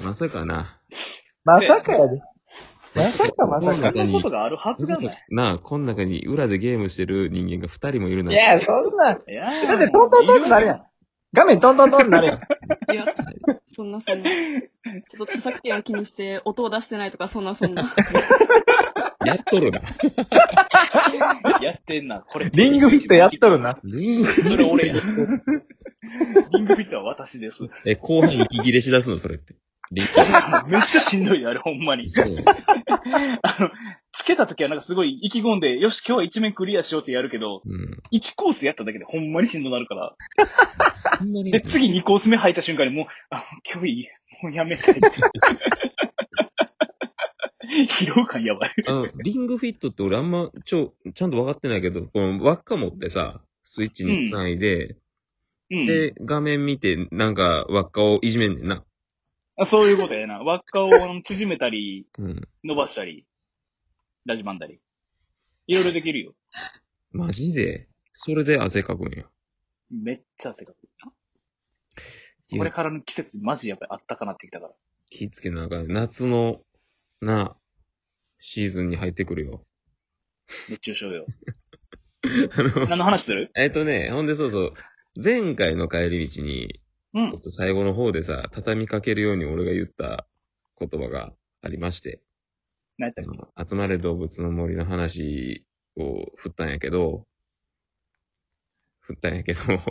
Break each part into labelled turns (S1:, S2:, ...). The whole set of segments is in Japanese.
S1: まさかな。
S2: まさかやで。まさかまさ
S1: 中
S2: か。。
S1: に
S3: そんなことがあるはずがない。
S1: なあ、こん中に裏でゲームしてる人間が二人もいるない
S2: や、そんな。
S3: いやー
S2: だってトントントンってなるやん。画面トントントンってなるやん。
S4: いや、そんなそんな。ちょっと著作権を気にして音を出してないとか、そんなそんな。
S1: やっと るな。
S3: やってんな、これ。
S2: リングフィットやっとるな。
S3: それ俺や。リングフィットは私です。 め
S1: え、後半息切れしだすの、それって。リン
S3: っちゃしんどいよ、あれ、ほんまに。
S1: そう
S3: あの、つけた時はなんかすごい意気込んで、よし、今日は一面クリアしようってやるけど、
S1: うん。
S3: 1コースやっただけでほんまにしんどなるから。
S1: そんなに
S3: で、次2コース目入った瞬間にもう、あ、今日いい。もうやめたい。 疲労感やばい。
S1: あの、リングフィットって俺あんま、ちょ、ちゃんと分かってないけど、この輪っか持ってさ、スイッチに繋いで、
S3: うん。
S1: で、画面見て、なんか輪っかをいじめんねんな。
S3: あそういうことやな。輪っかをあの縮めたり、
S1: うん。
S3: 伸ばしたり、ラジバンだり。いろいろできるよ。
S1: マジで。それで汗かくんや。
S3: めっちゃ汗かく。
S1: いや
S3: これからの季節、マジやっぱりあったかなってきたから。
S1: 気ぃつけなあかん。夏の、な、シーズンに入ってくるよ。
S3: 熱中症 よ。
S1: あの、
S3: 何の話する
S1: えっとね、ほんでそうそう、前回の帰り道に、
S3: う
S1: ちょっ
S3: ん。
S1: と最後の方でさ、畳みかけるように俺が言った言葉がありまして、
S3: 何やった
S1: あ
S3: っけ
S1: の集まれ動物の森の話を振ったんやけど、振ったんやけど、
S3: 聞いてる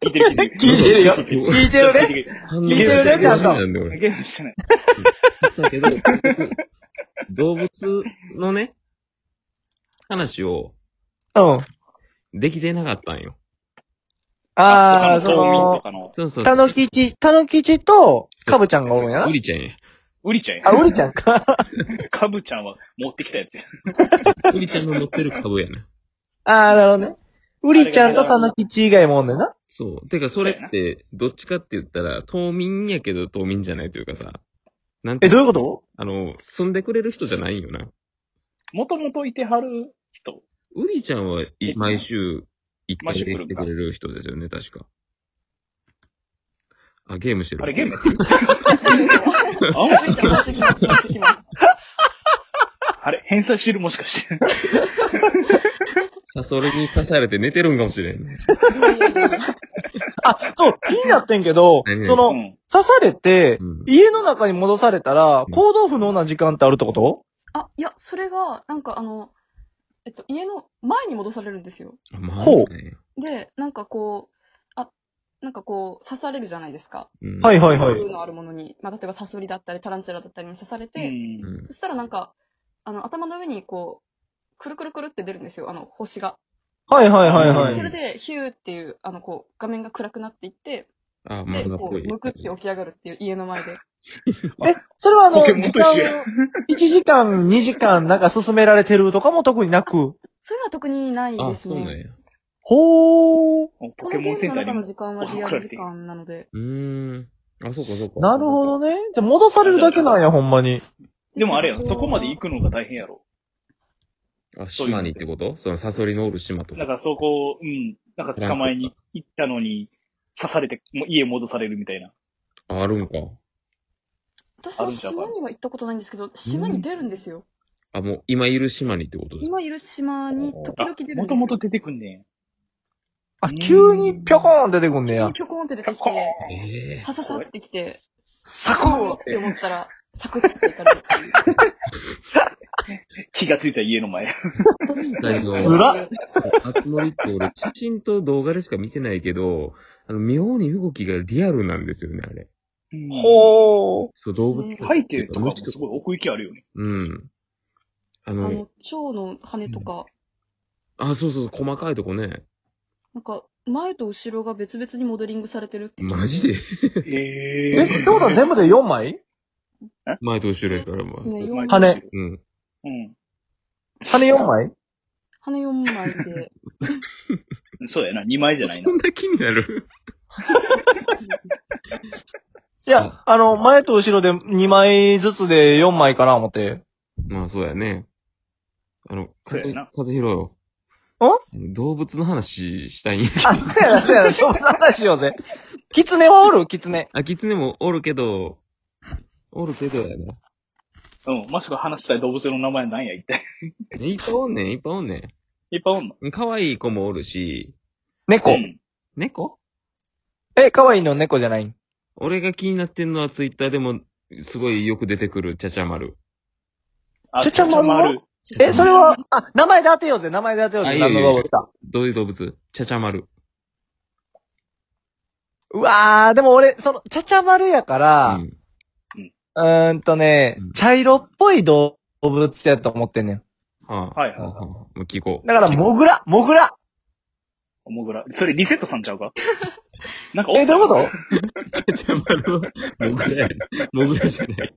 S3: 聞いてる。
S2: 聞いてるよ。聞いてるね。
S3: ね。
S1: 反応
S2: いてる
S1: し
S2: ね
S1: て
S2: ちゃんと
S1: なんで俺。
S3: ゲームしてない。
S1: だけど、動物のね、話を
S2: うん。
S1: できてなかったんよ。
S2: あー、
S3: 他
S2: そ
S3: 島民と
S2: の、
S3: かの、
S1: そうそうそう。
S2: たぬきち、たぬきちと、かぶちゃんがおるんやな
S1: ウ。リちゃんや。
S3: ウリちゃんや。
S2: あ、おりちゃんか。
S3: カブちゃんは持ってきたやつや。
S1: ウリちゃんの乗ってる株やな。
S2: あー、なるほどね。うりちゃんとたぬきち以外もおんねんな。
S1: そう。てか、それって、どっちかって言ったら、島民やけど島民じゃないというかさ、なんて
S2: え、、どういうこと
S1: あの、住んでくれる人じゃないんよな。
S3: もともといてはる人。
S1: ウリちゃんはい
S3: え
S1: 毎週、一回
S3: 毎週来
S1: 来
S3: るん
S1: て
S3: だ
S1: くれる人ですよね、確か。あ、ゲームしてる。
S3: あれゲーム やってるあ、もし
S4: 押してきます、押してきます。
S3: あれ返済してるもしかして。
S1: さ、それに刺されて寝てるんかもしれ んね。
S4: いやいやいやいや
S2: あ、そう、気になってんけど
S1: 何、
S2: そうの、
S3: ん。
S2: 刺されて
S1: う、ん。
S2: 家の中に戻されたら
S1: う、ん
S2: 行動不能な時間ってあるってこと
S4: あ、いや、それが、なんかあの、えっと、家の前に戻されるんですよ。
S1: あまあ、
S2: ほう
S1: ね
S4: で、なんかこう、あ、なんかこう、刺されるじゃないですか。
S1: うん
S2: はいはいは
S4: こうい
S2: い。
S4: うのあるものに、まあ、例えばサソリだったり、タランチュラだったりに刺され
S3: う。
S4: て、
S1: うんん
S4: そしたらなんか、あの、頭の上にこう、くるくるくるって出るんですよ、あの、星が。
S2: はいはいはいは
S4: そ
S2: い。
S4: れで、ヒューっていう、あの、こう、画面が暗くなっていって、
S1: あ、
S4: で、
S1: 漫画っ
S4: こ
S1: ぽ
S4: う、
S1: い。
S4: むくって起き上がるっていう家の前で。
S2: え、それはあの、
S3: ポケモン
S2: 時
S3: と
S2: 間
S3: 一緒や、
S2: 1時間、2時間、なんか進められてるとかも特になく。
S4: そういうのは特にない
S1: あ
S4: で、す
S1: そうなん
S4: ね。
S1: や。
S2: ほー。
S3: ポ
S4: こ
S3: ケ
S4: のゲ
S3: モンセ
S4: ー
S3: ン
S4: ム
S3: タ
S4: の
S3: ーに
S4: 中
S3: も
S4: の。時間はリアル時間なので。
S1: うーん。あ、そうかそうか。
S2: なるほどね。じゃあ戻されるだけなんや、ほんまに。
S3: でもあれやん、そこまで行くのが大変やろ。
S1: あ、島にってことそのサソリのおる島と
S3: だ
S1: か。
S3: からそこ、うん。なんか捕まえに行ったのに、刺されて、もう家戻されるみたいな。
S1: ああるんか。
S4: 私
S3: あ
S4: は
S3: るんちゃうか
S4: 島には行ったことないんですけど、島に出るんですよ。
S1: あ、もう今いる島にってことですか
S4: 今いる島に時
S3: あ
S4: 々出るんです、よ。
S3: もともと出てくんね
S2: あ、急にぴょこーん出てくんねや。
S4: ピョコーンって出てき
S3: ピョコー
S4: て、
S1: ええ
S4: さささってきて、
S2: サク
S4: あ
S2: ー
S4: っって思ったら、サクッていかれるっていう。
S3: ん。気がついた家の前。
S1: だけど、
S2: つらっ
S1: あつ森って俺、写真と動画でしか見てないけど、あの、妙に動きがリアルなんですよね、あれ。
S3: う。
S2: ほー。
S1: そう、動物。
S3: 背景とかもすごい奥行きあるよね。
S1: うん。あ
S4: あ
S1: の、
S4: の、蝶の羽とか、
S1: あ、そうそう、細かいとこね。
S4: なんか、前と後ろが別々にモデリングされてるって聞いて
S1: マジで
S3: え
S2: え、ってことは全部で4枚
S1: 前と後ろやったら、まあ、
S4: ね
S1: そう
S4: 四枚
S2: 羽。
S1: うん。
S3: うん。
S2: 羽4枚
S4: 羽4枚で。
S3: そうやな、2枚じゃない
S1: そ
S3: な。
S1: んな気になる
S2: いや、あの、前と後ろで2枚ずつで4枚かな、思って。
S1: まあ、そうやね。あの、か
S3: そうやな
S1: ずひろよ。
S2: ん
S1: あの動物の話したいんやけど
S2: あ、そうやな、そうやな、今日話しようぜ。キツネはおるキツネ。
S1: あ、狐もおるけど、おるけどやな。
S3: うん。マシュが話したい動物の名前なんや、一体。
S1: いっぱいおんねん、いっぱいおんね
S3: いっぱいおんの
S1: ん。可愛い子もおるし、
S2: 猫。
S3: ん。
S1: 猫
S2: え、可愛いの猫じゃないん
S1: 俺が気になってんのはツイッターでも、すごいよく出てくる、ちゃちゃ丸。
S3: あ
S2: ちょちょまる
S3: まる
S2: え、それは、あ、名前で当てようぜ、名前で当てよう
S1: あ
S2: ぜ、
S1: いいよ
S2: 何の動物か。
S1: どういう動物ちゃちゃ丸。
S2: うわー、でも俺、その、ちゃちゃ丸やから
S1: う、ん
S2: うーんとね
S1: うん、
S2: 茶色っぽい動物やと思ってんねん。
S1: はあ、
S3: はいはい
S1: は
S3: は
S1: あ
S3: い。
S1: はあもう聞 こう。
S2: だから、モグラ、モグラ。
S3: もぐら。それリセットさんちゃ うかなんかおっ
S2: え、どういうこ
S1: ちゃ
S2: と
S1: ちゃ丸は、モグラやでモグラじゃない。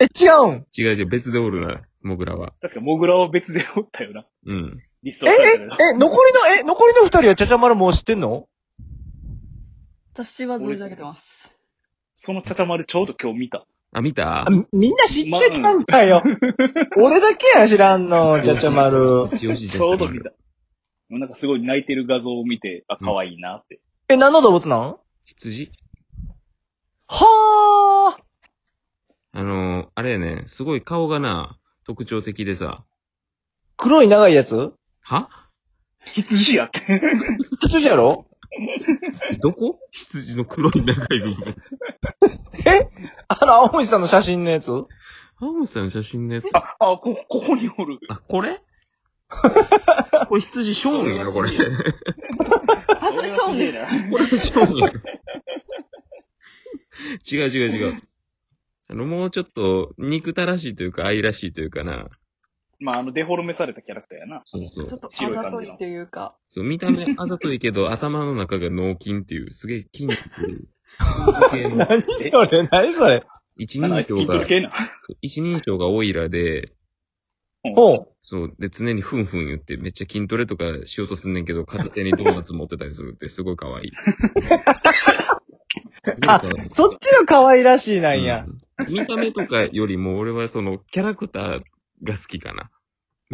S2: え、違うん。
S1: 違う違う、別でおるな、モグラは。
S3: 確かモグラは別でおったよな。
S1: うん。
S3: リスト
S2: え、
S3: され
S2: え
S3: てる、
S2: え、残りの、え、残りの二人はちゃちゃ丸もう知ってんの
S4: 私は存じ上げてます。
S3: そのちゃちゃ丸ちょうど今日見た。
S1: あ、見た
S2: あみみんな知ってたんだよ。俺だけや知らんの、ちゃちゃ丸。
S1: 一押しちゃ
S3: ち
S1: ちゃ
S3: ょう
S1: 丸
S3: ど見た。なんかすごい泣いてる画像を見て、あ、可愛いなって。
S2: え、何の動物なん
S1: 羊
S2: はー。
S1: あのー、あれやね、すごい顔がな、特徴的でさ。
S2: 黒い長いやつ
S1: は
S3: 羊やって。
S2: 羊やろ
S1: どこ羊の黒い長い部分。
S2: えあの、青森さんの写真のやつ
S1: 青森さんの写真のやつ。
S3: あ、あ、こ、ここにおる。
S1: あ、これ これ羊ショーンやろ、これ。こ
S4: あ、それショーンです。
S3: す。
S1: れショーン やろ。違う違う違う。あの、もうちょっと、憎たらしいというか、愛らしいというかな。
S3: まあ、あの、デフォルメされたキャラクターやな。
S1: そうそ
S4: ちょっ
S1: う。
S4: とあざといというか、
S1: そう、見た目あざといけど、頭の中が脳筋っていう、すげえ筋肉。系の
S2: 何それ何それ
S1: 一
S3: あの、あ
S1: 人称
S3: いつ筋ト
S1: が
S3: レ、系な。
S1: 一人称がオイラで、
S2: おう。
S1: そう。で、常にふんふん言って、めっちゃ筋トレとかしようとすんねんけど、片手にドーナツ持ってたりするって、すごい可 愛い。
S2: あ、そっちが可愛らしい
S1: な
S2: な
S1: ん
S2: や。
S1: 見た目とかよりも、俺はその、キャラクターが好きかな。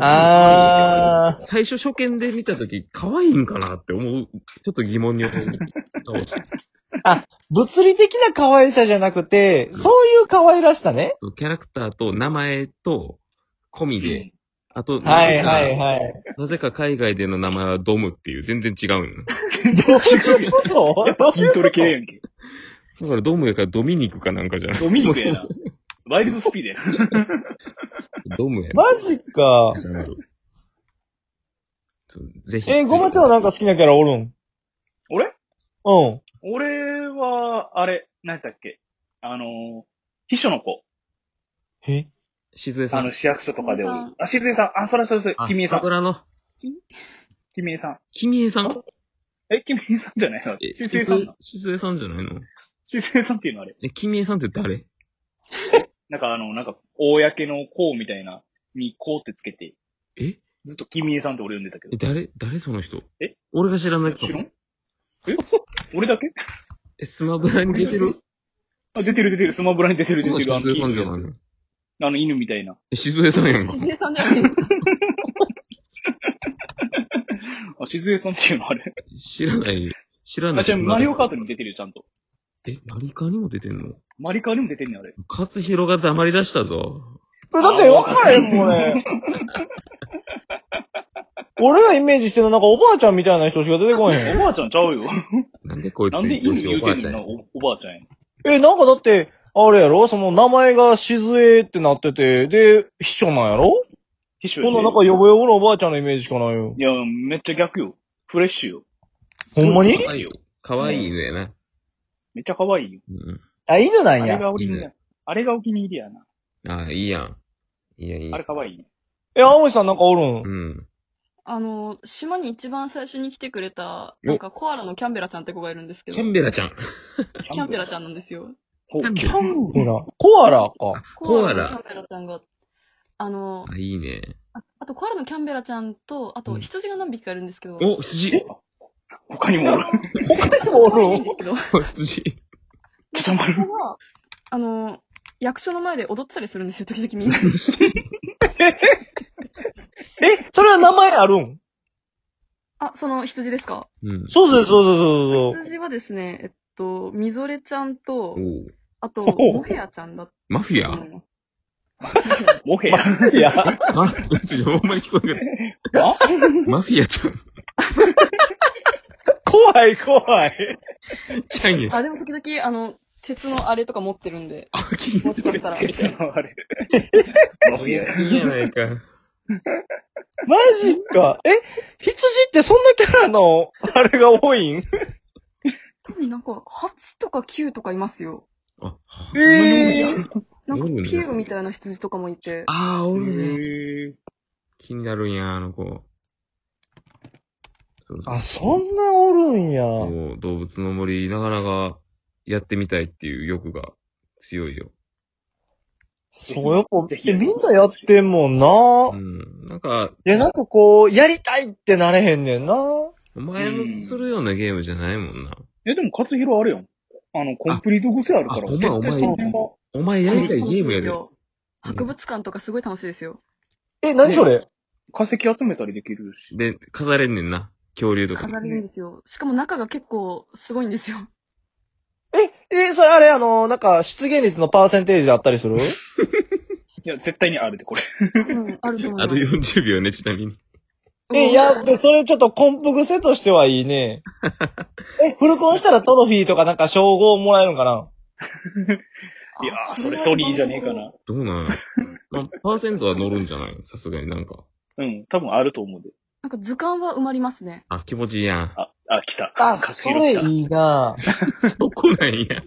S2: あー
S1: 最初初見で見たとき、可愛いんかなって思う、ちょっと疑問に思う。
S2: 物理的な可愛さじゃなくて、そういう可愛らしさね。
S1: そうキャラクターと名前と、込み
S3: う
S1: で
S3: ん、
S1: あと、
S2: はいはいはい。
S1: なぜか海外での名前はドムっていう、全然違うんよ。
S2: どういうこと
S3: やっぱ筋トレ系やんけ。
S1: だからドムやからドミニクかなんかじゃない。
S3: ドミニクや な。ワイルドスピードやな。
S1: ドムやな
S2: マジか。
S1: そうぜひ。
S2: え、ごまちゃんはなんか好きなキャラおるん
S3: 俺
S2: うん。
S3: 俺は、あれ、何だっけ。あの、秘書の子。
S2: え
S1: しずえさ
S3: あ
S1: ん
S3: の、。市役所とかでお
S4: 君
S3: る。あ、しずえさん。あ、それそれそれ。
S1: あ
S3: きみえさん。
S1: 桜の。
S3: きみえさん。
S1: きみえさん
S3: え、きみえさんじゃないの
S1: え
S3: しずえさんな。
S1: しずえさんじゃないの
S3: しずえさんっていうのあれ。
S1: え、きみえさんって誰
S3: なんかあの、なんか、公のこうみたいな、にこうってつけて、
S1: え
S3: ずっときみえさんって俺呼んでたけ
S1: え、
S3: ど。
S1: 誰誰その人
S3: え
S1: 俺が知らない人
S3: 知らんえ俺だけ
S1: え、スマブラに出てる
S3: あ、出てる出てる。スマブラに出てる出
S1: この
S3: て
S1: し
S3: る。あ
S1: ず
S3: の、
S1: えさんじゃ
S3: 金
S1: ない
S3: のや
S1: の
S3: つあの犬みたいな。
S1: え、しずえさんやんか
S4: し。ずえさんじゃないですか。
S3: あ、しずえさんっていうのあれ。
S1: 知らない。知らな
S3: あ、
S1: い。
S3: じゃあマリオカー
S1: ト。
S3: トに出てるよ、ちゃんと。
S1: え、マリカーにも出てんの
S3: マリカーにも出てんねん、あれ。
S1: 勝弘が黙り出したぞ。
S2: だって分からへんもん、俺。俺がイメージしてるなんかおばあちゃんみたいな人しか出てこへん。
S3: おばあちゃんちゃうよ。
S1: なんでこいつ
S3: なんで犬言
S1: お
S3: う
S1: ば
S3: て
S1: あ
S3: ん
S1: ちゃ
S3: ねん
S1: ん
S3: な、
S1: や。
S3: おおばあちゃんやん。
S2: え、なんかだって、あれやろその名前がしずえってなってて、で、秘書なんやろ
S3: 秘書や
S2: こん
S3: で
S2: ななんかヨボヨボのおばあちゃんのイメージしかないよ。
S3: いや、めっちゃ逆よ。フレッシュよ。
S2: ほんまに
S1: 可愛いよ。可愛い犬やな。
S3: めっちゃ可愛いよ。
S1: うん。
S2: あ、犬な
S3: あ
S2: ん
S3: れ
S2: や。
S3: がお気に入りや。あれがお気に入りやな。
S1: あ、いいやん。いいやんいいやん
S3: あれ可愛いね。
S2: え、青森さんなんかおるん
S1: うん。
S4: あの、島に一番最初に来てくれた、なんかコアラのキャンベラちゃんって子がいるんですけど、
S1: キャ
S4: キ
S1: ンベラちゃん。
S4: ャンベラちゃんなんですよ。
S3: ほう。
S1: キャンベ
S2: キ
S1: ラ
S2: ャンベラ。コアラか。
S1: コアラ
S4: のキャンベラちゃんが、あの、
S1: あ、いいね。
S4: ああとコアラのキャンベラちゃんと、
S1: う
S4: あ
S1: ん
S4: と羊が何匹かいるんですけど、
S1: お、羊。
S3: 他にもおる。
S2: 他にもお
S4: 可愛
S2: る
S4: いん
S2: ん
S4: ですけど、こ
S1: お羊。
S3: ちゃまる。
S4: こは、あの、役所の前で踊ってたりするんですよ、時々みんな。
S2: え、それは名前あるん
S4: あ、その羊ですか
S1: うん。
S2: そうそうそうそうそうそう。
S4: 羊はですね、えっと、みぞれちゃんと
S1: お、う
S4: あと、
S3: ほほ
S4: モヘアちゃんだっ
S1: マフィ
S4: た
S1: ア
S4: と思います。
S3: モヘア。いや、
S1: マフィアちょ、ほんまに聞こえない。
S3: あ
S1: マフィアちゃん、
S3: 怖い、怖い。
S1: ちゃんやし。
S4: あ、でも時々、あの、鉄のあれとか持ってるんで、
S1: あ、気
S4: もしかしたら。
S3: 鉄のあれ。モ
S1: い
S3: ヘア。
S1: や、いいやないか。
S2: マジか。え、羊ってそんなキャラの、あれが多いん
S4: 多分なんか、8とか9とかいますよ。
S1: あ、
S2: えー
S4: なんか、
S1: おるんだ
S4: ピューみたいな羊とかもいて。
S1: あー、おるね。
S3: へー
S1: 気になるんや、あの子。そう
S2: あ、そんなおるんや。
S1: もう動物の森、なかなかやってみたいっていう欲が強いよ。
S2: そう、やっぱ
S3: ぜ、ひ
S2: えみんなやってんもんな
S1: う。ん。なんか、
S2: いや、なんかこう、やりたいってなれへんねんな。
S1: お前のするようなゲームじゃないもんな。
S3: え、でも、勝弘あるやん。あの、コンプリート癖あるから。
S1: あほんま
S3: 絶対その辺は
S1: お前やりたいゲームやで。
S4: 博物館とかすごい楽しいですよ。
S2: え、何それ
S3: 化石集めたりできるし。
S1: で、飾れんねんな。恐竜とか。
S4: 飾れるんですよ。しかも中が結構すごいんですよ。
S2: え、え、それあれ、あの、なんか、出現率のパーセンテージあったりする
S3: いや、絶対にあるで、これ。
S4: 多分あると思います。
S1: あと40秒ね、ちなみに。
S2: え、やって、それちょっとコンプ癖としてはいいね。え、フルコンしたらトロフィーとかなんか称号もらえるんかない
S3: やー、それソニーじゃねえか。な。
S1: どうなんやろまあ、パーセントは乗るんじゃないさすがになんか。
S3: うん、多分あると思うで。
S4: なんか図鑑は埋まりますね。
S1: あ、気持ちいいやん。
S3: あ、あ、来た。
S2: あ、
S3: 勝
S2: そ
S3: 弘
S2: れ
S3: 来た。
S2: いいな
S1: そこなんや。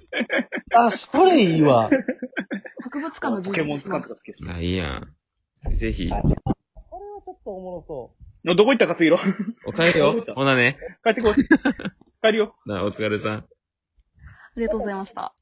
S2: あ、それいいわ。
S4: 博物館の
S3: ポ
S4: 充
S3: ケモン
S4: 実し
S3: 使っ
S4: ま
S3: て
S4: す。
S3: たつけし。
S1: ないやん。ぜひ、
S2: これはちょっとおもろそ
S3: のどこ行った勝弘
S1: お帰りよ。ほなね。
S3: 帰ってこい。帰るよ。
S1: なお疲れさん。
S4: ありがとうございました。